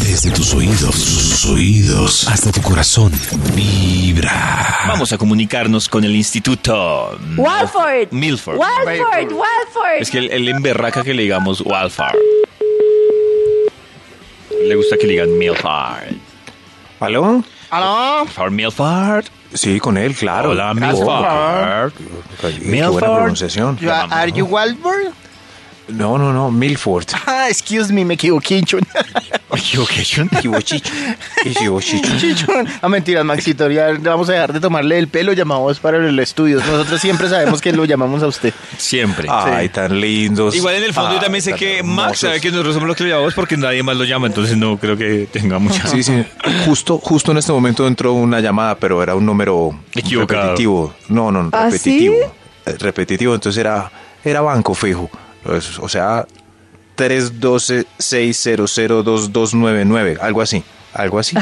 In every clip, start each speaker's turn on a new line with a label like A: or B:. A: desde tus oídos, sus oídos, hasta tu corazón. Vibra.
B: Vamos a comunicarnos con el instituto.
C: Walford.
B: Milford.
C: Walford, Walford.
B: Es que él, él emberraca que le digamos Walford. Le gusta que le digan Milford.
D: ¿Aló?
E: ¿Aló?
B: Far Milford.
D: Sí, con él, claro.
B: Hola,
D: Milford.
B: Ah, Milford.
D: Qué
B: Milford.
D: buena pronunciación.
E: You are, are you Walford?
D: No, no, no, Milford.
E: Ah, excuse me, me equivoqué, Chun.
B: Equivocation.
D: Chivochicho. Y Chivochicho.
E: Chichón. Ah, mentiras, Maxito, ya vamos a dejar de tomarle el pelo, llamamos para el estudio. Nosotros siempre sabemos que lo llamamos a usted.
B: Siempre.
D: Ay, tan lindos.
B: Igual en el fondo yo
D: Ay,
B: también sé
D: Ah, tan
B: que Max
D: hermosos.
B: sabe que nosotros somos los que lo llamamos porque nadie más lo llama, entonces no creo que tenga mucha...
D: Sí, sí. Justo, justo en este momento entró una llamada, pero era un número
B: Equivocado.
D: repetitivo. No, no,
C: ¿Ah,
D: repetitivo. Eh, Repetitivo, entonces era, era banco fijo. Es- O sea, 312-600-2299, algo así. Algo así.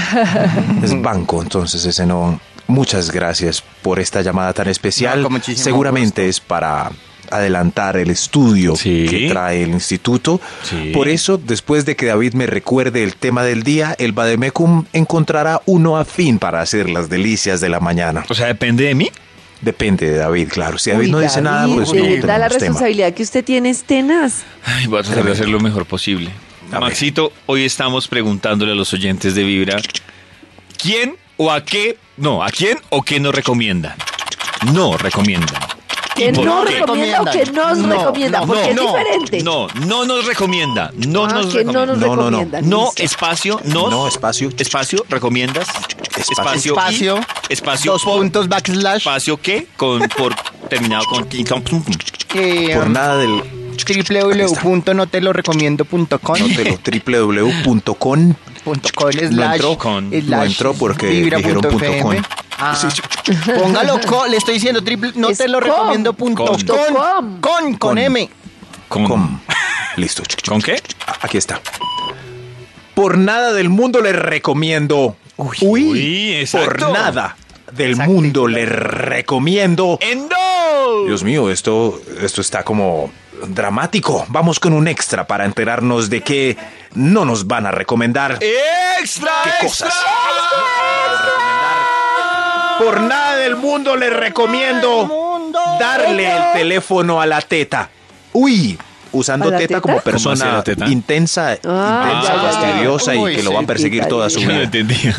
D: es banco, entonces ese no. Muchas gracias por esta llamada tan especial.
E: No, con muchísimo
D: Seguramente es para adelantar el estudio
B: Sí.
D: que trae el instituto.
B: Sí.
D: Por eso, después de que David me recuerde el tema del día, el Bademecum encontrará uno afín para hacer las delicias de la mañana.
B: O sea, depende de mí.
D: Depende de David, claro. Si David
C: Uy,
D: no dice nada,
C: David,
D: pues
C: de
D: no
C: verdad, la
D: tenemos tema.
C: responsabilidad que usted tiene es tenaz.
B: Ay, voy a tratar de hacer lo mejor posible.
D: A ver.
B: Maxito, hoy estamos preguntándole a los oyentes de Vibra ¿Quién o a qué? No, ¿a quién o qué nos recomienda? No recomiendan.
C: Que
B: ¿Y por
C: no
B: qué?
C: recomienda o que nos
E: No,
C: recomienda,
E: no,
C: porque es
B: no,
C: diferente.
B: no, no nos recomienda. No
C: Ah,
B: nos
C: que no
B: recomienda.
C: nos
D: No, no, no.
C: recomienda.
B: No,
C: listo.
B: espacio, nos.
D: No, espacio.
B: Espacio, recomiendas. Espacio. y-
E: Espacio.
B: espacio.
E: Dos
B: por-
E: puntos backslash.
B: Espacio que con por terminado con
E: eh,
D: Por nada del
E: www.notelorecomiendo.com
D: www.com
E: punto com slash,
D: No entró
B: con-
D: no entró porque dijeron punto
E: fm.
D: com.
E: Ah. Póngalo con, le estoy diciendo triple, no
C: Es
E: te lo
C: com.
E: recomiendo punto
B: Con.
C: Com.
E: con, con, con,
D: Con.
E: M.
B: con,
D: com. Listo.
B: ¿Con qué?
D: Ah, Aquí está. Por nada del mundo le recomiendo. Uy,
B: Uy, exacto.
D: por nada del mundo le recomiendo.
B: ¡Endo!
D: Dios mío, esto, esto está como dramático. Vamos con un extra para enterarnos de que no nos van a recomendar.
B: ¡Extra!
D: ¿Qué
B: extra!
D: cosas? Por nada del mundo le recomiendo
E: Mundo.
D: darle el teléfono a la teta. Uy, usando
C: ¿A la
D: teta,
C: teta?
D: como
C: ¿Cómo
B: así
D: persona
B: la teta?
D: intensa,
C: Ah,
D: intensa,
B: ya, ya, ya.
D: fastidiosa
E: Uy,
D: y que lo va a
E: sí,
D: perseguir
C: sí,
D: toda
C: sí.
D: su
B: Yo no
D: vida.
B: entendía.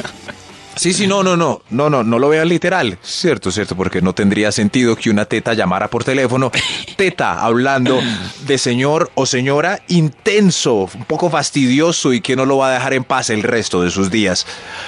D: Sí, sí, no, no, no, no, no, no lo vean literal. Cierto, cierto, porque no tendría sentido que una teta llamara por teléfono. Teta hablando de señor o señora intenso, un poco fastidioso y que no lo va a dejar en paz el resto de sus días.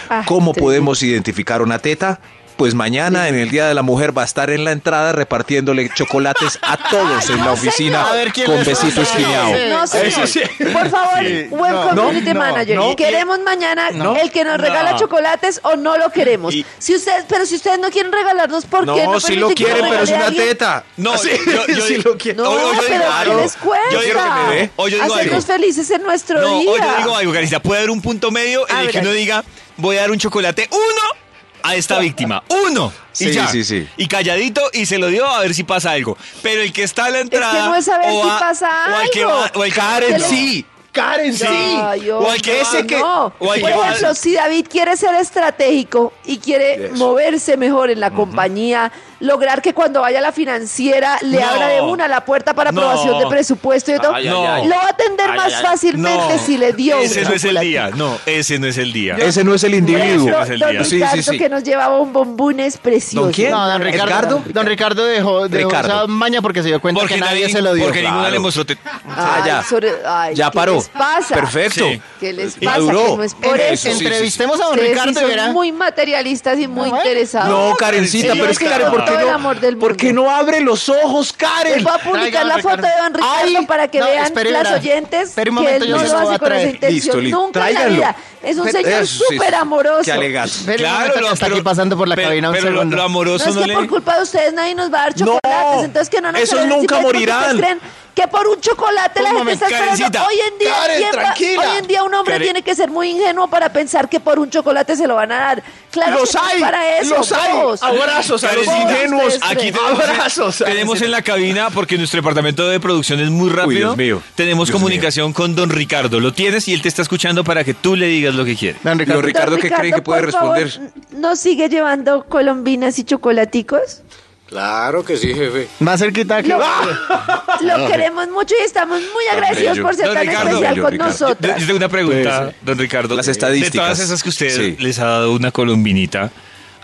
C: Ah,
D: ¿Cómo
C: te-
D: podemos identificar una teta? Pues mañana en el Día de la Mujer va a estar en la entrada repartiéndole chocolates a todos en la
C: no,
D: oficina
C: señor.
E: A ver, ¿quién
D: con
E: les
D: besito
E: toca?
D: esquineado.
C: Ah, No,
E: Sí,
C: señor.
B: sí.
C: Por favor,
B: Sí.
C: buen
E: No,
C: community
E: no,
C: manager.
E: no.
C: ¿Queremos mañana
E: No.
C: el que nos regala chocolates o no lo queremos?
B: Y-
C: si ustedes, pero si ustedes no quieren regalarnos, ¿por qué no?
D: No, si
C: permiten
D: lo
C: que
D: quieren,
C: nos
D: pero es
C: regale
D: una
C: alguien?
D: teta.
B: No,
D: Sí,
B: yo- yo-
D: sí lo quieren.
C: No,
B: Hoy- hoy yo
C: pero
B: digo
C: ¿qué
B: algo.
C: les cuesta?
B: Yo digo que me ve. Hoy yo digo
C: Hacernos
B: algo.
C: felices en nuestro
B: No,
C: día.
B: hoy yo digo algo, Carita. Puede haber un punto medio en
C: A
B: el
C: ver,
B: que uno
C: ahí.
B: diga, voy a dar un chocolate, uno, a esta víctima. Uno. Y
D: Sí,
B: ya.
D: sí, sí.
B: Y calladito y se lo dio a ver si pasa algo. Pero el que está a la entrada.
C: no es saber
B: o
C: si
B: a-
C: pasa
B: O al que
C: algo.
B: va- o al que-
D: Karen,
C: Que lo-
D: sí. Karen, sí.
C: Ay,
B: o al que
C: hombre,
B: ese que-
C: no.
B: o al
C: Por
B: que va-
C: ejemplo, si David quiere ser estratégico y quiere
D: Eso.
C: moverse mejor en la compañía, lograr que cuando vaya a la financiera le
B: No.
C: abra de una la puerta para
B: No.
C: aprobación de presupuesto y todo,
B: Ay, ay, ay.
C: lo va a atender más fácilmente si le dio
B: Ese
C: un
B: no es el
C: chocolate.
B: día. No, ese no es el día.
D: Ese no es el individuo.
B: Ese
C: Eso,
B: es el día.
C: don Ricardo,
D: Sí, sí, sí.
C: que nos llevaba un bombón precioso.
D: ¿Don quién?
E: No, don Ricardo.
D: ¿Edgardo?
E: Don Ricardo dejó, dejó
D: Ricardo.
E: esa maña porque se dio cuenta
B: Porque
E: que nadie,
B: nadie-
E: se lo dio.
B: Porque ninguna
D: Claro.
B: le mostró. te-
C: Ay,
D: Ah, ya.
C: sobre- ay,
D: ya
C: ¿qué
D: paró.
C: les pasa?
D: Perfecto.
B: Sí.
C: ¿Qué les
D: Y
C: pasa?
D: duró.
C: Que no es por
E: Entre-
C: eso.
D: sí, sí, sí.
E: entrevistemos a don
C: Ustedes sí
E: Ricardo y
C: son
E: verá.
C: muy materialistas y muy
E: No, ¿eh?
C: interesados.
D: No, Karencita,
C: Él
D: pero
C: nos
D: es que
C: dio
D: Karen, ¿por qué
C: todo el
D: no-
C: amor del
D: ¿por qué
C: mundo.
D: no abre los ojos, Karen?
C: Él va a publicar
E: Traigan,
C: la foto
E: Ricardo.
C: de don Ricardo
E: Ay,
C: para que
E: no,
C: vean
E: espere,
C: las
E: verá.
C: oyentes
E: Espere un
C: que
E: momento,
C: él
E: yo
C: no
E: se
C: lo
E: lo voy
C: hace
E: a
C: con esa
E: traer.
C: intención nunca en la vida. Es un señor
D: Eso sí, sí.
C: súper amoroso.
D: Qué alegato.
E: Espere un momento que
B: lo-
E: está
B: pero-
E: aquí pasando por la
B: pero-
E: cabina un
B: pero lo-
E: segundo.
B: lo
C: No
B: amoroso
C: es
B: no
C: que
B: le.
C: por culpa de ustedes nadie nos va a dar chocolates, entonces que no nos
D: esos
C: creen,
D: nunca
C: simplemente
D: morirán.
C: ustedes creen que por un chocolate la
B: Un
C: gente está
B: momento,
C: esperando.
B: Karencita.
C: Hoy en día,
D: Karen,
C: ¿quién va-
D: tranquila.
C: hoy en día un hombre
B: Karen.
C: tiene que ser muy ingenuo para pensar que por un chocolate se lo van a dar. Claro
D: Los
C: que no es
D: hay,
C: para eso,
D: los hay.
C: bobos.
D: Abrazos a los
C: Todos
B: Karencita,
D: ingenuos.
C: ustedes
B: Aquí
C: tres.
B: tenemos,
D: Abrazos.
B: tenemos en la cabina, porque nuestro departamento de producción es muy rápido.
D: Dios mío.
B: Tenemos
D: Dios
B: comunicación con don Ricardo. Lo tienes y él te está escuchando para que tú le digas lo que quiere.
E: Vean, Ricardo,
D: Lo ri- Ricardo, ¿qué cree que puede
C: por favor,
D: responder?
C: ¿No sigue llevando colombinas y chocolaticos?
F: Claro que sí, jefe.
E: más cerquita que...
C: Lo, lo queremos mucho y estamos muy agradecidos
D: bello.
C: por ser
B: Don
C: tan
B: Ricardo.
C: especial
D: Bello,
C: con
D: Ricardo.
B: Yo,
C: nosotras.
B: yo tengo una pregunta, don Ricardo.
D: Las estadísticas.
B: De todas esas que usted
D: Sí.
B: les ha dado una colombinita,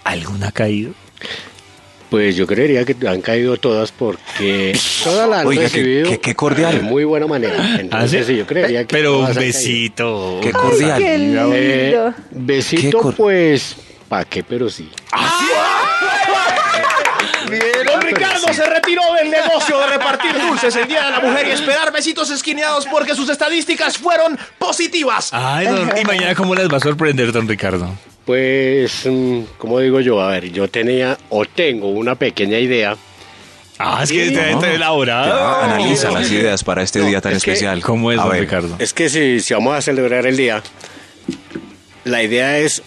B: ¿alguna ha caído?
F: Pues yo creería que han caído todas porque todas las han
D: Oiga, qué-
F: recibido
D: qué- qué cordial.
F: de muy buena manera. Entonces,
B: ¿Ah, sí?
F: sí, yo creería que
B: Pero un
F: todas han caído.
B: besito.
D: Qué
C: Ay,
D: cordial.
C: qué lindo.
F: Eh,
D: Qué
F: besito,
D: cor-
F: pues, ¿pa' qué? Pero sí.
G: Don Ricardo se retiró del negocio de repartir dulces el Día de la Mujer y esperar besitos esquineados porque sus estadísticas fueron positivas.
B: Ay, don, y mañana cómo las va a sorprender, don Ricardo.
F: Pues, mm, ¿cómo digo yo? A ver, yo tenía o tengo una pequeña idea.
B: Ah, es que está está elaborado.
D: Ah, Analiza las ideas para este día tan
F: es que-
D: especial.
B: ¿Cómo es,
D: A
B: don
D: ver,
B: Ricardo?
F: Es que si, si vamos a celebrar el día, la idea es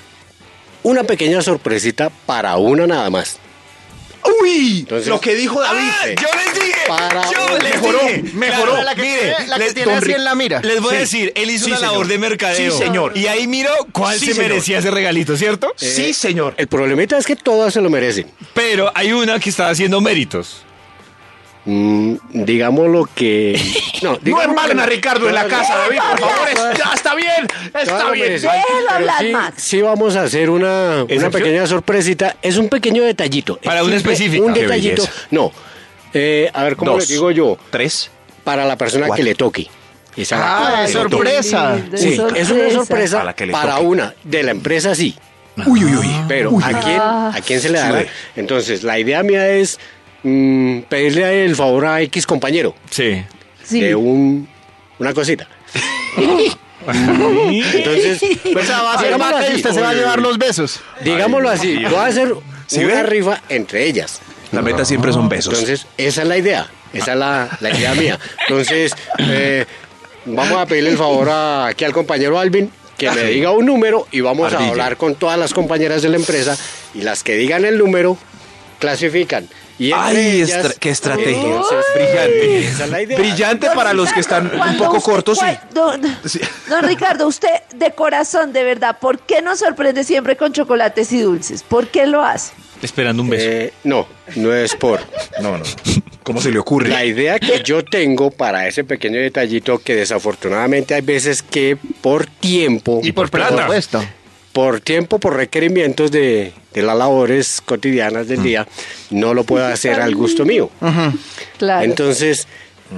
F: una pequeña sorpresita para una nada más.
G: ¡Uy!
F: Entonces-
G: lo que dijo David.
B: Ah, yo les dije.
F: Para-
B: yo les
G: Mejoró,
B: dije.
G: mejoró.
B: Claro,
E: La que-
B: mire,
E: la que
B: les-
E: tiene
B: don
E: así
B: Ri-
E: en la mira.
B: Les voy
G: Sí.
B: a decir, él hizo
G: Sí,
B: una
G: señor.
B: labor de mercadeo.
G: Sí, señor.
B: Y ahí miró cuál
G: Sí,
B: se
G: señor.
B: merecía ese regalito, ¿cierto?
G: sí, señor.
F: El problemita es que todas se lo merecen.
B: Pero hay una que está haciendo méritos.
F: Mm, digamos lo que... No,
G: No
F: digamos
G: es
F: que-
G: magna Ricardo en la casa, David, por favor. es- ya está bien,
F: Todas
G: está
F: lo
G: bien.
F: merecen.
C: Déjalo
F: Pero
C: hablar,
F: sí,
C: Max.
F: sí vamos a hacer una, una
B: ¿Excepción?
F: pequeña sorpresita. Es un pequeño detallito.
B: Para
F: Es
B: una
F: siempre
B: específica.
F: Un
D: Ah, Qué
F: detallito.
D: belleza.
F: No. Eh, a ver, ¿cómo
D: Dos.
F: le digo yo?
D: Tres.
F: Para la persona
D: Cuatro.
F: que le toque. Esa
E: Ah,
F: la-
E: es
F: que le toque.
E: sorpresa.
C: Lindo,
F: Sí, es una sorpresa
D: A la que le
F: para
D: toque.
F: una de la empresa sí,
D: Uy, uy, uy.
F: pero
D: Uy, Ah.
F: ¿a,
D: uy.
F: quién, ¿a quién se le dará?
D: Sí.
F: Entonces, la idea mía es mm, pedirle el favor a X compañero
B: Sí.
C: Sí.
F: de un, una cosita. Entonces,
D: pues,
E: O sea, va a ser
F: hagámoslo
E: vaca y
F: así.
E: usted se va a llevar los besos.
F: Digámoslo así, voy a hacer
D: ¿Sí
F: una
D: ve?
F: rifa entre ellas.
D: La meta siempre son besos.
F: Entonces, esa es la idea. Esa es la, la idea mía. Entonces, eh, vamos a pedirle el favor a- aquí al compañero Alvin que me diga un número y vamos
D: Ardilla.
F: a hablar con todas las compañeras de la empresa y las que digan el número clasifican. Y entre
D: Ay,
F: ellas- eh,
D: estra- qué estrategia.
F: Entonces,
D: Brillante.
F: Esa es la idea.
D: Brillante
C: Don
D: para los que
C: Ricardo,
D: están un
C: cuando
D: poco
C: usted-
D: cortos.
C: cua- Don, don Ricardo, usted de corazón, de verdad, ¿por qué nos sorprende siempre con chocolates y dulces? ¿Por qué lo hace?
B: Esperando un beso.
F: Eh, no, no es por.
D: No, no. ¿Cómo se le ocurre?
F: La idea que yo tengo para ese pequeño detallito que desafortunadamente hay veces que por tiempo,
B: Y por
E: Por
B: plata.
E: supuesto.
F: por tiempo, por requerimientos de, de las labores cotidianas
B: Mm.
F: del día, no lo puedo hacer al gusto mío.
C: Claro.
F: Entonces,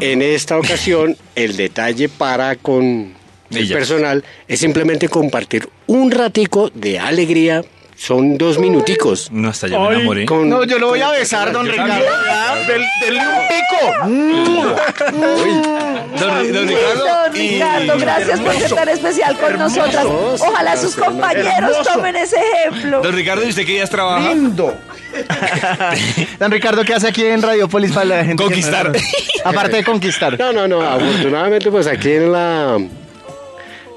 F: en esta ocasión, el detalle para con el
B: Ella.
F: personal es simplemente compartir un ratico de alegría. Son dos minuticos.
B: No, hasta ya me enamoré.
F: con-
E: No, yo lo voy a
F: con-
E: besar, don
B: Yo
E: Ricardo.
B: también.
E: ¿verdad? Del, denle un pico.
B: Don, Mm. don
C: Sí,
B: Ricardo.
C: don
B: y-
C: Ricardo, gracias por ser tan especial con nosotras. Ojalá sus compañeros tomen ese ejemplo.
B: Don Ricardo, ¿y usted qué días trabaja?
E: Lindo. Don Ricardo, ¿qué hace aquí en Radiopolis para la gente? que-
B: Conquistar.
E: Aparte de conquistar.
F: No, no, no. Afortunadamente, pues aquí en la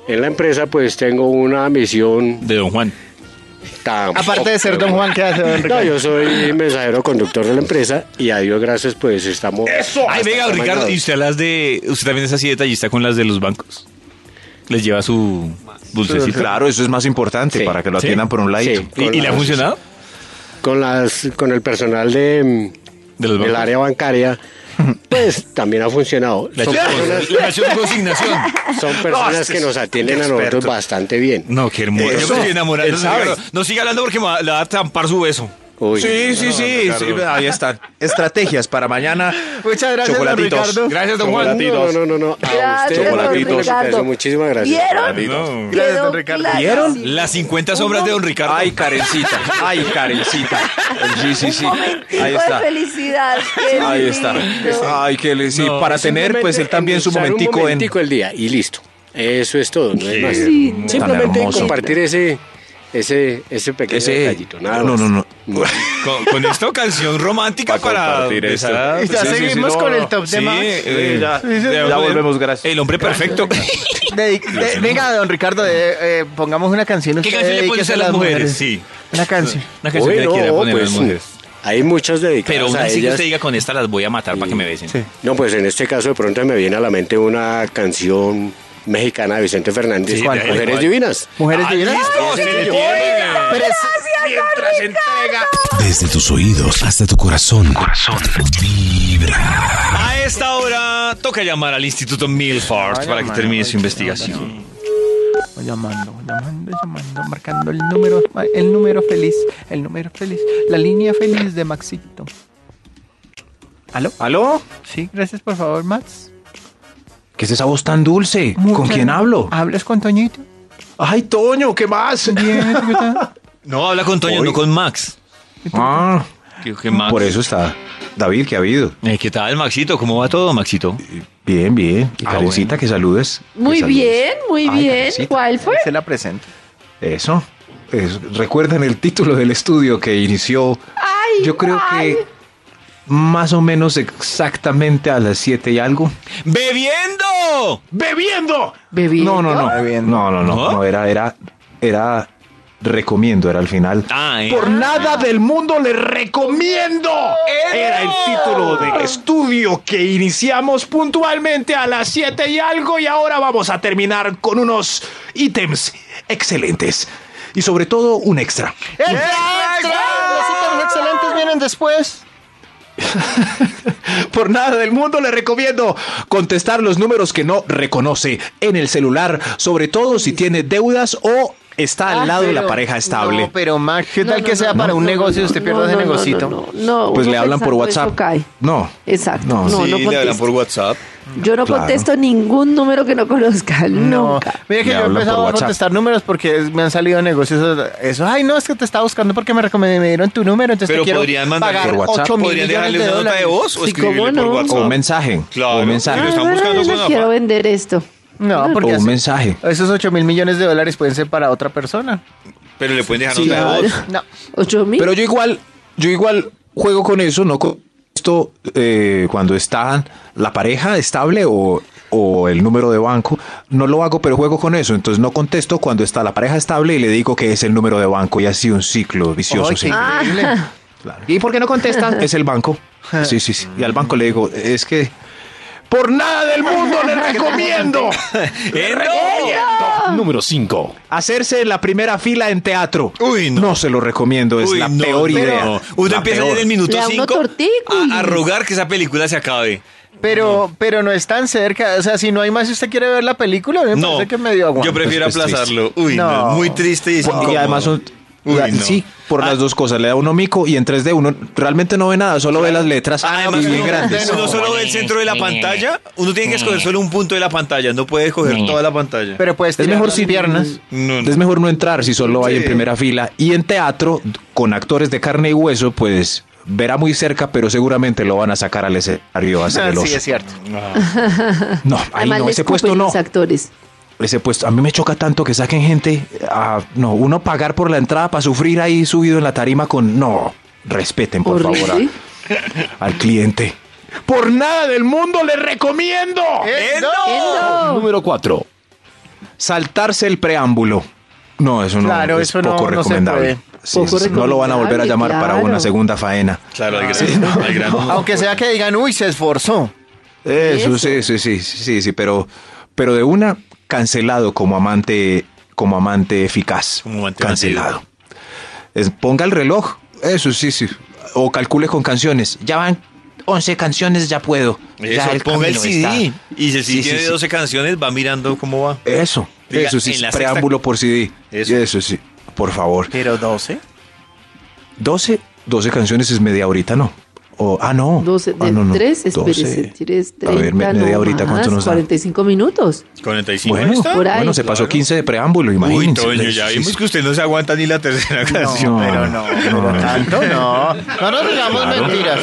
F: en la empresa, pues tengo una misión
B: De don Juan.
F: tan.
E: Aparte de ser don Juan, ¿qué hace don
F: No,
E: Ricardo?
F: yo soy mensajero conductor de la empresa y a Dios gracias, pues estamos. ¡Eso!
B: Ay, venga,
D: Oh
B: don Ricardo, ¿y usted las de. ¿Usted también es así detallista con las de los bancos? ¿Les lleva su dulcecito?
D: Claro, eso es más importante
F: Sí.
D: para que lo
B: Sí.
D: atiendan por un ladito.
F: Sí.
B: ¿Y, y le ha funcionado?
F: Con, las, con el personal de, mm,
B: De los
F: del
B: bancos.
F: área bancaria, pues también ha funcionado.
B: Le ha
F: Son
B: hecho-
F: personas,
B: le ha hecho su consignación.
F: son personas que nos atienden a nosotros bastante bien.
B: No, qué hermoso. Yo me estoy enamorando.
F: Él
B: don
F: sabe.
B: Ricardo. No siga hablando porque me va- le va a tampar su beso.
F: Uy.
D: Sí, sí, sí, sí, Ahí están. Estrategias para mañana.
E: Muchas gracias, don
D: Chocolatitos.
E: Ricardo.
B: Gracias, don Juan.
F: No, no, no, no. A
C: Gracias,
F: usted,
C: don
D: Chocolatitos.
C: Ricardo.
F: Muchísimas gracias.
C: ¿Vieron?
B: No.
E: Gracias,
C: Quedó
E: don Ricardo.
C: clarísimo.
D: ¿Vieron?
B: Las 50 sombras de don Ricardo.
D: Ay, Karencita. Ay, Karencita. Sí, sí, sí.
C: Un momentico
D: Ahí
C: de
D: está.
C: felicidad. qué
D: Ahí está.
C: lindo.
D: Ay, que le sí.
B: No,
D: para tener, pues él también su
F: Endulzar
D: momentico,
F: un momentico el día y listo. Eso es todo, no es más.
C: Sí,
F: Simplemente
D: hermoso.
F: compartir ese ese, ese pequeño
D: Ese-
F: detallito. Nada
D: Eh, no,
F: más.
D: no, no.
B: Con, con esta canción romántica
D: Pa'
B: para
D: compartir esto.
B: besar-
E: Y ya
B: Sí, sí, sí,
E: seguimos
B: no,
E: con
B: no.
E: el top de
B: Sí,
E: Max.
B: eh,
E: Sí, ya.
B: sí, sí,
D: Ya volvemos, gracias.
B: El hombre perfecto.
E: De- de- venga, don Ricardo, de- eh, pongamos una canción.
B: ¿Qué
E: usted
B: canción le pones
E: dedíquese
B: a las mujeres? Sí.
E: Una canción.
B: Una canción que
F: Uy,
B: le quiera
F: no,
B: poner a las
F: pues,
B: mujeres.
F: Hay muchas dedicadas
B: Pero una
F: a
B: así que
F: ellas.
B: usted diga con esta las voy a matar para que me besen.
F: No, pues en este caso de pronto me viene a la mente una canción mexicana de Vicente Fernández,
B: Sí,
F: Juan,
B: de-
F: Mujeres
B: de-
F: Divinas.
E: Mujeres
B: Ah,
E: divinas.
B: listo, se le tiene.
E: Pero es-
G: Mientras entrega.
A: Desde tus oídos hasta tu corazón. Corazón. Vibra.
B: A esta hora toca llamar al Instituto Milford para que termine su investigación.
E: Llamando, llamando, llamando, marcando el número, el número feliz, el número feliz, la línea feliz de Maxito. ¿Aló?
D: ¿Aló?
E: Sí, gracias por favor, Max.
D: ¿Qué es esa voz tan dulce? ¿Con
E: Muchas-
D: quién hablo?
E: ¿Hablas con Toñito?
D: Ay, Toño, ¿qué más?
E: Bien, ¿qué tal?
B: No, habla con Toño,
D: Hoy.
B: no con Max.
D: Ah,
B: Que- que Max-
D: por eso está. David, ¿qué ha habido?
B: Eh, ¿Qué tal, Maxito? ¿Cómo va todo, Maxito?
D: Bien, bien.
B: Ah,
D: Karencita,
B: bueno.
D: que saludes. que
C: Muy
D: saludes.
C: bien, muy
D: Ay,
C: bien.
D: Karencita.
C: ¿Cuál fue?
E: Se la presento.
D: Eso. Es- Recuerdan el título del estudio que inició,
C: Ay,
D: yo creo
C: ay.
D: que más o menos exactamente a las 7 y algo.
B: ¡Bebiendo!
G: ¡Bebiendo!
C: Bebiendo.
D: No, no, no.
E: Muy bien.
D: No, no, no.
B: ¿No?
D: no, era, era, era. Recomiendo, era al final.
B: Ah, eh.
G: Por nada del mundo le recomiendo. Era el título del estudio que iniciamos puntualmente a las 7 y algo y ahora vamos a terminar con unos ítems excelentes.
D: Y sobre todo, un extra.
B: Eh.
E: Los ítems excelentes vienen después.
D: Por nada del mundo le recomiendo contestar los números que no reconoce en el celular, sobre todo si tiene deudas o está
C: Ah,
D: al lado de la pareja estable.
E: No, pero Max, ¿qué tal
C: No,
E: que
C: no,
E: sea
C: no,
E: para
C: no,
E: un
C: no,
E: negocio y
C: no,
E: usted
C: no,
E: pierda ese
C: no, no,
E: negocito?
C: no, no, no,
D: pues
C: uno
D: le hablan por
C: pensando eso cae.
D: WhatsApp. No.
C: Exacto.
D: No,
C: No, no contesto.
B: WhatsApp.
C: Yo no
D: Claro.
C: contesto ningún número que no conozca,
E: No,
C: nunca.
E: mira
D: Le
E: que yo he
D: hablan por
E: empezado a
D: WhatsApp.
E: contestar números porque es- me han salido negocios. Eso, ay, no, es que te estaba buscando porque me recomendé, me dieron tu número, entonces
B: Pero
E: te quiero
B: podrían mandarle
E: pagar
D: por WhatsApp.
E: 8 mil
B: ¿Podrían
E: millones
B: dejarle
E: de
B: una nota de
E: dólares.
B: voz o
C: Sí, ¿cómo
B: escribirle por
C: no?
B: WhatsApp?
D: O un mensaje.
B: Claro.
D: O un
B: Ah,
D: mensaje.
B: lo están buscando
C: Ay,
B: con
C: no
B: afán.
C: quiero vender esto.
E: No,
D: O
E: porque
D: un
E: es-
D: mensaje.
E: esos 8 mil millones de dólares pueden ser para otra persona.
B: Pero le pueden dejar nota de voz.
E: No.
C: ¿Ocho mil?
D: Pero yo igual, yo igual juego con eso, no con esto eh, cuando está la pareja estable o, o el número de banco, no lo hago, pero juego con eso. Entonces no contesto cuando está la pareja estable y le digo que es el número de banco y así un ciclo vicioso.
E: Ay, qué
D: sí.
E: increíble.
D: Claro. ah, ¿Y por qué no Ah. contestas? es el banco. Sí, sí, sí. Y al banco le digo, es que
G: Por nada del mundo le recomiendo.
B: ¡Eh, no!
G: Número 5.
D: hacerse la primera fila en teatro.
B: Uy, no.
D: No se lo recomiendo, es
B: Uy,
D: Pues la
B: no,
D: peor
B: no,
D: idea.
B: no. Uno
D: La
B: empieza
D: peor.
B: en el minuto
C: Le da uno
B: 5
C: tortícolis.
B: a, a rogar que esa película se acabe.
E: Pero, pero no es tan cerca. O sea, si no hay más, si usted quiere ver la película, a mí me
B: No,
E: parece que medio aguanta.
B: yo prefiero
D: pues, Es- es
B: aplazarlo. Uy, no.
E: No.
B: es muy triste y es
D: Y
B: incómodo.
D: además son-
B: Uy,
D: la-
B: no. Ah.
D: Sí, por las dos cosas. Le da uno mico y en 3D uno realmente no ve nada, solo ve las letras.
B: Ah, Además,
D: y bien
B: uno,
D: grandes.
B: uno solo ve el centro de la pantalla. Uno tiene que escoger solo un punto de la pantalla. No puede escoger toda la pantalla.
E: Pero pues, puedes
D: Es
E: tirar
D: mejor
E: las
D: si-
E: piernas.
B: No, no.
D: Es mejor no entrar si solo hay en
B: Sí.
D: primera fila. Y en teatro, con actores de carne y hueso, pues verá muy cerca, pero seguramente lo van a sacar al escenario a hacer el
E: Ah, sí,
D: oso.
E: es cierto.
D: No, ahí
C: Además,
D: no,
C: le
D: ese
C: escupen
D: puesto no.
C: los actores.
D: Ese puesto, a mí me choca tanto que saquen gente. ah, no, uno pagar por la entrada para sufrir ahí subido en la tarima con. No, respeten, por
C: Horrible.
D: favor, ah. a- al cliente.
G: Por nada del mundo le recomiendo.
B: ¡Eh,
E: no!
C: ¡Eso!
G: Número 4.
D: Saltarse el preámbulo. No, eso no
E: Claro,
D: es
E: eso no-
D: poco
E: no se
D: recomendable.
E: puede.
D: Sí,
C: Poco
D: sí, No lo van a volver a
C: recomendable,
D: llamar para
C: claro.
D: una segunda faena.
B: Claro, hay gran. hay gran-
E: Aunque sea que digan, uy, se esforzó.
D: Eso,
C: Eso.
D: sí, sí, sí, sí, sí, pero, pero de una cancelado como amante, como amante eficaz.
B: Como amante
D: cancelado. Es- ponga el reloj, eso sí, sí. O calcule con canciones. Ya van 11 canciones, ya puedo. ya
B: Eso, ponga el
D: camino
B: CD.
D: está.
B: Y si el CD
D: Sí, sí,
B: tiene
D: sí.
B: 12 canciones, va mirando cómo va.
D: Eso,
B: Diga,
D: eso sí,
B: en la sexta-
D: preámbulo por CD.
B: Eso.
D: Eso. sí, por favor.
E: Pero 12.
D: 12, 12 canciones es media horita, ¿no? O, ah, no.
C: 12,
D: Ah,
C: de
D: no, no,
C: 3,
D: 12.
C: espérese, 3, 30,
D: A ver, me- media
C: no
D: horita, ¿cuánto
C: más,
D: nos da?
C: 45 minutos.
B: 45
D: Bueno,
B: está.
C: Por ahí.
D: bueno, se pasó 15 de preámbulo, imagínense. pues,
B: Uy, Toño, ya
D: Sí,
B: vimos
D: sí.
B: que usted no se aguanta ni la tercera canción.
D: No,
E: pero no, pero
D: no.
E: tanto no. No nos digamos
D: Claro.
E: mentiras.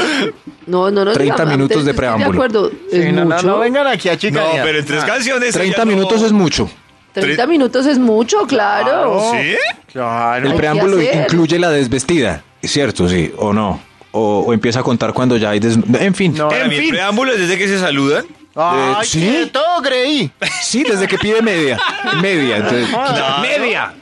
C: No, no, no.
D: 30
C: digamos,
D: minutos
C: antes
D: de
C: estoy
D: preámbulo.
C: De acuerdo, es
E: Sí, no, no,
C: mucho.
E: no vengan aquí a
B: No,
E: chicanear.
B: pero en tres
E: Ah.
B: canciones.
D: 30
B: ella no-
D: minutos es mucho.
C: 30 minutos es mucho, claro.
B: ¿Sí?
D: El
C: Hay que
D: preámbulo
C: hacer.
D: incluye la desvestida, ¿cierto? Sí, o no. O, o empieza a contar cuando ya hay des... En fin. Eh,
E: No.
B: Para
G: En
B: mí,
G: fin.
B: el preámbulo es desde que se saludan.
E: Ay,
D: ¿sí?
E: qué todo creí.
D: Sí, desde que pide media. Media. entonces-
G: Media.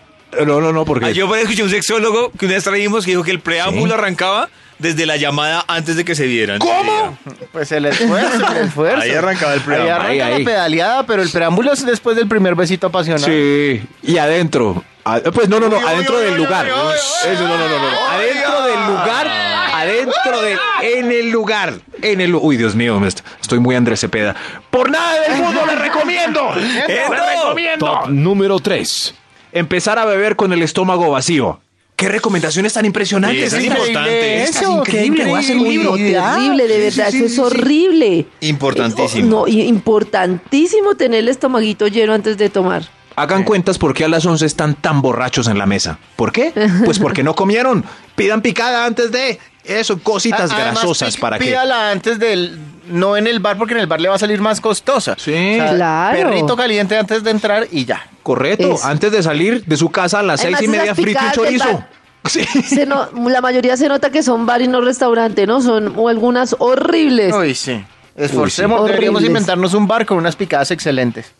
D: no, no, no, porque...
B: Ah, yo por ahí escuché un sexólogo que una vez traímos que dijo que el preámbulo
D: Sí.
B: arrancaba desde la llamada antes de que se vieran.
G: ¿Cómo?
E: Pues el esfuerzo, el esfuerzo.
B: Ahí arrancaba el
E: Ahí
B: preámbulo.
E: arranca
D: Ahí,
E: la
D: ahí.
E: pedaleada, pero el preámbulo es después del primer besito apasionado.
D: Sí, y adentro. A- pues no, no, no, adentro del lugar. Eso, no, no, no, no, no. Adentro del lugar, adentro del. En el lugar. En el. lu- Uy, Dios mío, me est- estoy muy Andrés Cepeda.
G: Por nada del mundo le recomiendo.
B: ¡Eso!
G: Le recomiendo.
A: número 3.
D: Empezar a beber con el estómago vacío. Qué recomendaciones tan
B: Sí,
D: impresionantes.
B: esa es
D: Esta-
B: importante.
D: esta es increíble, voy a hacer un libro.
C: Terrible, de verdad, eso es horrible.
B: Importantísimo.
C: No, y importantísimo tener el estomaguito lleno antes de tomar.
D: Hagan cuentas por qué a las 11 están tan borrachos en la mesa. ¿Por qué? Pues porque no comieron. Pidan picada antes de. Eso, cositas
E: A- Ah, además,
D: grasosas
E: pí-
D: para que.
E: Pídala antes del. No en el bar, porque en el bar le va a salir más costosa.
D: Sí.
C: Claro.
E: Perrito caliente antes de entrar y ya.
D: Correcto,
C: Eso.
D: antes de salir de su casa a las
C: Además,
D: seis y media
C: esas
D: frito un
C: picadas del
D: chorizo.
C: bar.
D: Sí.
C: Se no- la mayoría se nota que son bar y no restaurante, ¿no? Son o algunas horribles.
E: Uy, sí. Esforcemos,
C: Uy, sí.
E: deberíamos
C: Horribles.
E: inventarnos un bar con unas picadas excelentes.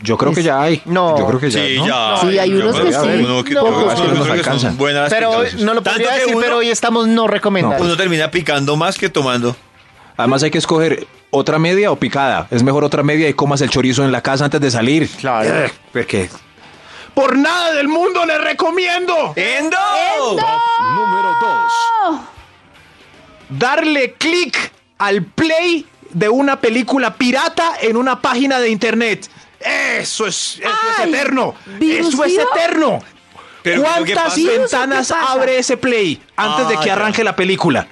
D: Yo creo que
C: Es-
D: ya hay.
E: No.
D: Yo creo que ya,
B: Sí,
D: ¿no? pues,
B: ya.
C: Sí, hay
B: Yo
C: unos
B: creo
C: que
B: ya
C: sí.
B: hay uno que-
E: No,
B: uno
E: pero es que no
B: creo
D: nos
B: que son
D: alcanza.
B: buenas
E: Pero hoy,
B: picadas.
E: no lo
B: Tanto
E: podría
B: que
E: decir,
B: uno-
E: pero hoy estamos no recomendados.
B: Uno termina picando más que tomando.
D: Además hay que escoger otra media o picada. Es mejor otra media y comas el chorizo en la casa antes de salir.
E: Claro.
D: Eh, Porque
G: Por nada del mundo le recomiendo.
B: ¡Endo!
A: Número 2.
D: darle clic al play de una película pirata en una página de internet. Eso es, eso es
C: Ay,
D: eterno.
C: ¿virus
D: Eso es
C: vivo?
D: eterno.
B: Pero, ¿qué
D: ¿Cuántas
B: pasa?
D: ventanas
C: ¿Qué pasa?
D: abre ese play antes
B: Ah,
D: de que
B: ya.
D: arranque la película?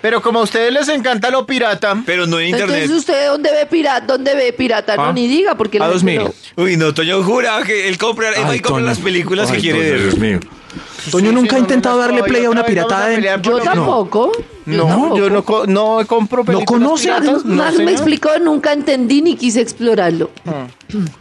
E: Pero como a ustedes les encanta lo pirata,
B: Pero no en internet.
C: Entonces, ¿usted dónde ve pirata? ¿Dónde ve pirata? No,
D: Ah.
C: ni diga, porque...
D: A
C: la gente
D: 2000.
C: no-
B: Uy, no, Toño jura que él compra, él va y compra
D: Toño.
B: las películas
D: Ay,
B: que quiere
D: Toño,
B: ver.
D: Dios mío. Toño
E: Sí,
D: nunca
E: sí,
D: ha
E: no,
D: intentado
E: no, no,
D: darle
E: no,
D: play a
E: otra
D: una
E: vez vamos
D: piratada.
E: pelear
D: en-
E: por
C: Yo
E: lo-
C: tampoco.
E: No, yo no, co- no compro películas
D: conoce a-
E: piratas, no,
C: Nadie me
E: señor.
C: explicó, nunca entendí ni quise explorarlo.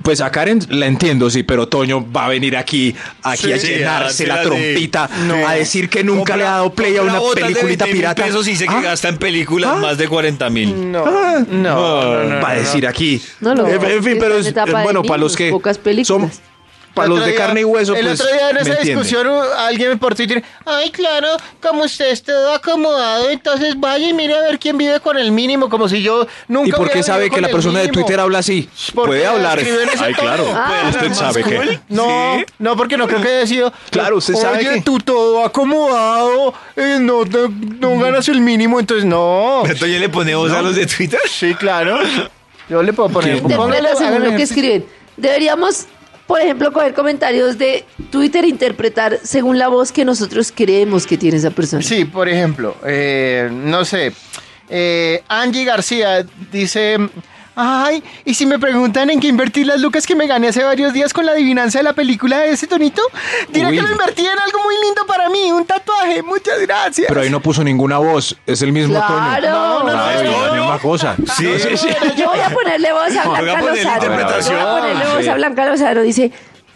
D: Pues a Karen la entiendo, sí, pero Toño va a venir aquí, aquí
B: Sí,
D: a
B: sí,
D: llenarse
B: a
D: la
B: hacer así.
D: trompita,
B: No.
D: a decir que nunca
B: Compra-
D: le ha dado play a
B: compra
D: una
B: botas de
D: peliculita
B: 20.000
D: pirata.
B: pesos y dice que
D: Ah,
B: gasta en películas
D: ¿Ah?
B: más de 40 mil.
E: No, no, no, no,
D: va a
E: no.
D: decir aquí.
C: No lo
D: en,
C: veo.
D: en fin, pero es,
C: Está en etapa
D: es
C: de
D: bueno, para los
C: niños,
D: que
C: pocas películas.
D: son para
E: El
D: los
E: otro
D: de
E: día-
D: carne y hueso,
E: El
D: pues,
E: otro día en
D: me
E: esa
D: entiende.
E: discusión uh, alguien me por Twitter, ay claro, como usted es todo acomodado, entonces vaya y mire a ver quién vive con el mínimo, como si yo nunca
D: ¿Y por qué
E: hubiera
D: sabe que
E: vivido con
D: la
E: el
D: persona de
E: mínimo?
D: Twitter habla así?
E: ¿Por
D: Puede
E: qué
D: hablar.
E: escribe en ese
D: Ay,
E: tono?
D: claro.
C: Ah.
D: Usted sabe que.
E: No, no, porque no creo que haya sido.
D: Claro, usted sabe
E: Oye,
D: que-
E: tú todo acomodado, eh, no, te- no ganas el mínimo, entonces no.
B: Pero Toño le pone voz a los de Twitter.
E: Sí, claro. Yo le puedo poner. póngale-
C: Interpreta según
E: hágale
C: Este, lo que
E: ejercicio.
C: escriben. Deberíamos, por ejemplo, coger comentarios de Twitter e interpretar según la voz que nosotros creemos que tiene esa persona.
E: Sí, por ejemplo, eh, no sé, eh, Angie García dice, ay, y si me preguntan en qué invertir las lucas que me gané hace varios días con la adivinanza de la película de ese tonito, diré
D: Uy.
E: que lo invertí en algo muy lindo para mí, un tatuaje, muchas gracias.
D: Pero ahí no puso ninguna voz, es el mismo
C: Claro.
D: tono.
E: No, no, no,
C: Ah,
D: Claro,
E: no,
D: es la
E: no.
D: misma cosa.
B: Sí, sí, sí.
C: Yo voy a ponerle voz a
B: Voy a
C: Blanca
B: ponerle
C: Lozano.
B: interpretación.
C: Voy a ponerle voz
D: Sí.
C: a Blanca Lozano. Dice,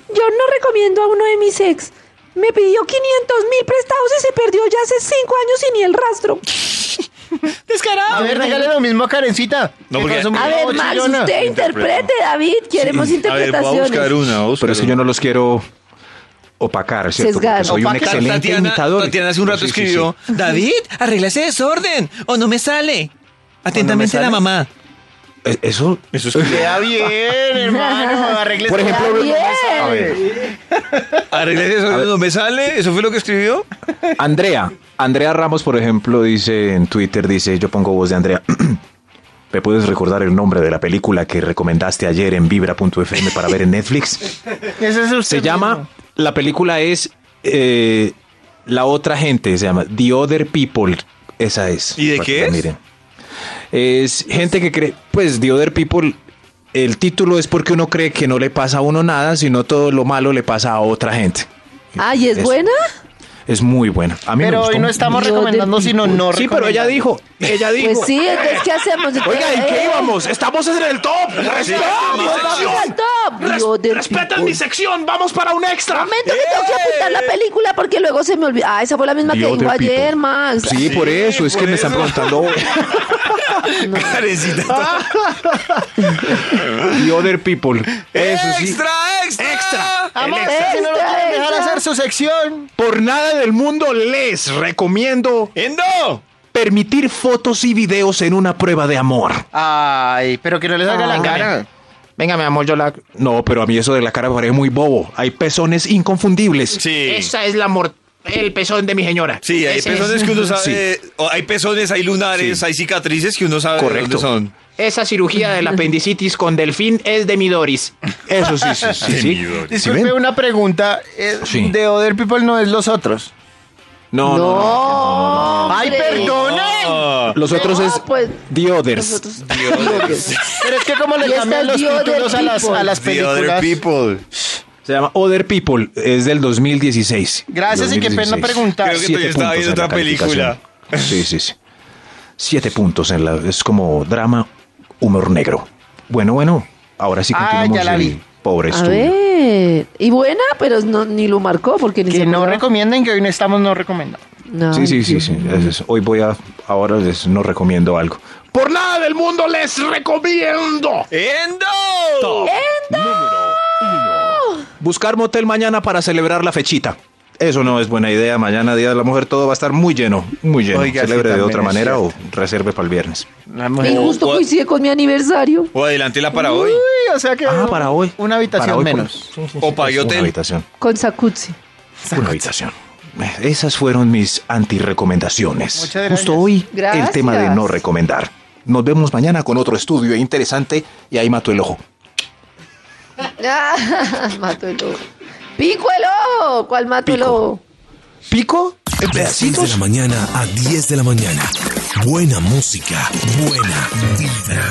C: yo no recomiendo a uno de mis ex. Me pidió 500 mil prestados y se perdió ya hace cinco años y ni el rastro.
E: A ver, regale lo mismo a Karencita.
B: No,
E: que
B: porque-
E: pasó muy
C: A ver, Max,
E: chillona.
C: usted interprete, David. Queremos
B: una.
C: interpretaciones.
B: voy a buscar
D: Pero es que
B: una.
D: yo no los quiero opacar, ¿cierto? Porque
C: Sesgar.
D: soy un
E: Opacar.
D: excelente
B: Tatiana,
D: imitador.
B: Tatiana hace un rato
D: Sí, sí, sí.
B: escribió, David, arregla ese desorden o no me sale. Atentamente la mamá.
D: Eh, Eso,
B: Eso es
E: Queda bien, hermano, arregle
D: Por
E: ese-
D: ejemplo,
E: Ya,
C: bien.
D: a ver,
B: Arregla ese desorden no me sale. ¿Eso fue lo que escribió?
D: Andrea, Andrea Ramos, por ejemplo, dice en Twitter, dice, yo pongo voz de Andrea. ¿Me puedes recordar el nombre de la película que recomendaste ayer en vibra.fm para ver en Netflix?
E: Ese es usted
D: Se llama,
E: mismo.
D: la película es eh, La otra gente, se llama The Other People, esa es.
B: ¿Y de
D: Para
B: qué
D: que la
B: es?
D: miren. Es gente que cree, pues The Other People, el título es porque uno cree que no le pasa a uno nada, sino todo lo malo le pasa a otra gente.
C: Ay, ¿es
D: Eso.
C: buena?
D: es muy buena. A mí me
E: Pero
D: gustó
E: hoy no
D: mucho.
E: estamos
C: Yo de
E: recomendando, sino no
D: Sí, pero ella
E: recomendando.
D: dijo, ella dijo.
C: Pues sí, entonces, ¿qué hacemos?
D: Oiga, ¿y
C: Eh,
D: qué íbamos? Estamos en el top. Respeta mi
C: vamos al
D: sección.
C: top,
G: Res-
C: yo del
G: respeten
C: picor.
G: mi sección, vamos para un extra.
C: Momento que tengo que apuntar
D: ¡Eh!
C: la película porque luego se me olvidó. Ah, esa fue la misma
D: The
C: que dijo
D: Other People.
C: ayer, Max.
D: Sí, por eso, es que me están preguntando. The other people. Eso sí.
B: extra!
G: Extra.
E: Vamos,
C: El extra.
E: si no lo quieren dejar
C: Extra.
E: hacer su sección.
D: Por nada del mundo les recomiendo
B: ¡Endo!
D: permitir fotos y videos en una prueba de amor.
E: Ay, pero que no les haga la cara.
D: Venga, mi amor, yo la. No, pero a mí eso de la cara me parece muy bobo. Hay pezones inconfundibles.
B: Sí.
G: Esa es la mor- el pezón de mi señora.
B: Sí, hay
G: Ese
B: pezones
G: es-
B: que uno sabe. o Hay pezones, hay lunares, hay cicatrices que uno sabe de
D: Correcto.
B: dónde son.
G: Esa cirugía de la apendicitis con delfín es de Midoris.
D: Eso sí, sí, sí. sí. ¿Sí
E: Disculpe
D: ven?
E: una pregunta. eh,
D: Sí.
E: De Other People no es los otros.
D: No, no, no.
C: No.
E: ¡Ay,
C: hombre.
E: perdonen!
D: Los otros
C: No,
D: es
C: pues,
D: The Others.
C: Nosotros-
E: Pero es que como le
C: Y esta
E: cambian
C: es
E: los
C: The Other
E: títulos a las, a las
B: The
E: películas.
B: other people.
D: Se llama Other People. Es del 2016.
E: Gracias y qué pena
D: 2016.
E: preguntar.
B: Creo que todavía estaba
D: puntos
B: viendo
D: en la
B: otra película.
D: calificación. Sí, sí, sí. Siete puntos en la. Es como drama, humor negro. Bueno, bueno. Ahora sí
E: Ah,
D: continuamos.
E: ya la
D: el
E: vi.
D: Pobre
C: A
D: estudio.
C: ver. Y buena, pero no, ni lo marcó porque ni
E: Que
C: se
E: no
C: acordaba.
E: recomienden, que hoy no estamos no recomendando.
C: No,
D: Sí, sí, sí,
C: Dios
D: sí.
C: mío.
D: es eso. Hoy voy a, ahora les no recomiendo algo.
G: Por nada del mundo les recomiendo.
B: ¡Endo!
D: Buscar motel mañana para celebrar la fechita. Eso no es buena idea. Mañana, Día de la Mujer, todo va a estar muy lleno, muy lleno.
E: Oiga, sí,
D: Celebre de
E: también
D: otra
E: es
D: manera o reserve para el viernes.
E: La
C: Y
E: mujer-
C: justo
B: what?
C: coincide con mi aniversario.
B: O adelántela para hoy.
E: Uy, o sea que
D: Ah, para hoy.
E: una habitación
D: Para hoy,
E: menos.
D: por- sí, sí,
B: O
D: sí,
B: para
D: sí,
B: hotel.
D: Una habitación.
C: Con Sakutsi.
D: Una habitación. Eh, Esas fueron mis antirecomendaciones.
E: Muchas gracias.
D: Justo hoy,
C: Gracias.
D: el tema de no recomendar. Nos vemos mañana con otro estudio interesante y ahí mato el ojo.
C: Ah, mato el ojo. ¡Pico el ojo! ¿Cuál mato el
D: Pico.
C: ojo?
D: ¿Pico? ¿En
A: De 6 de
D: pedacitos?
A: la mañana a 10 de la mañana. Buena música, buena vida.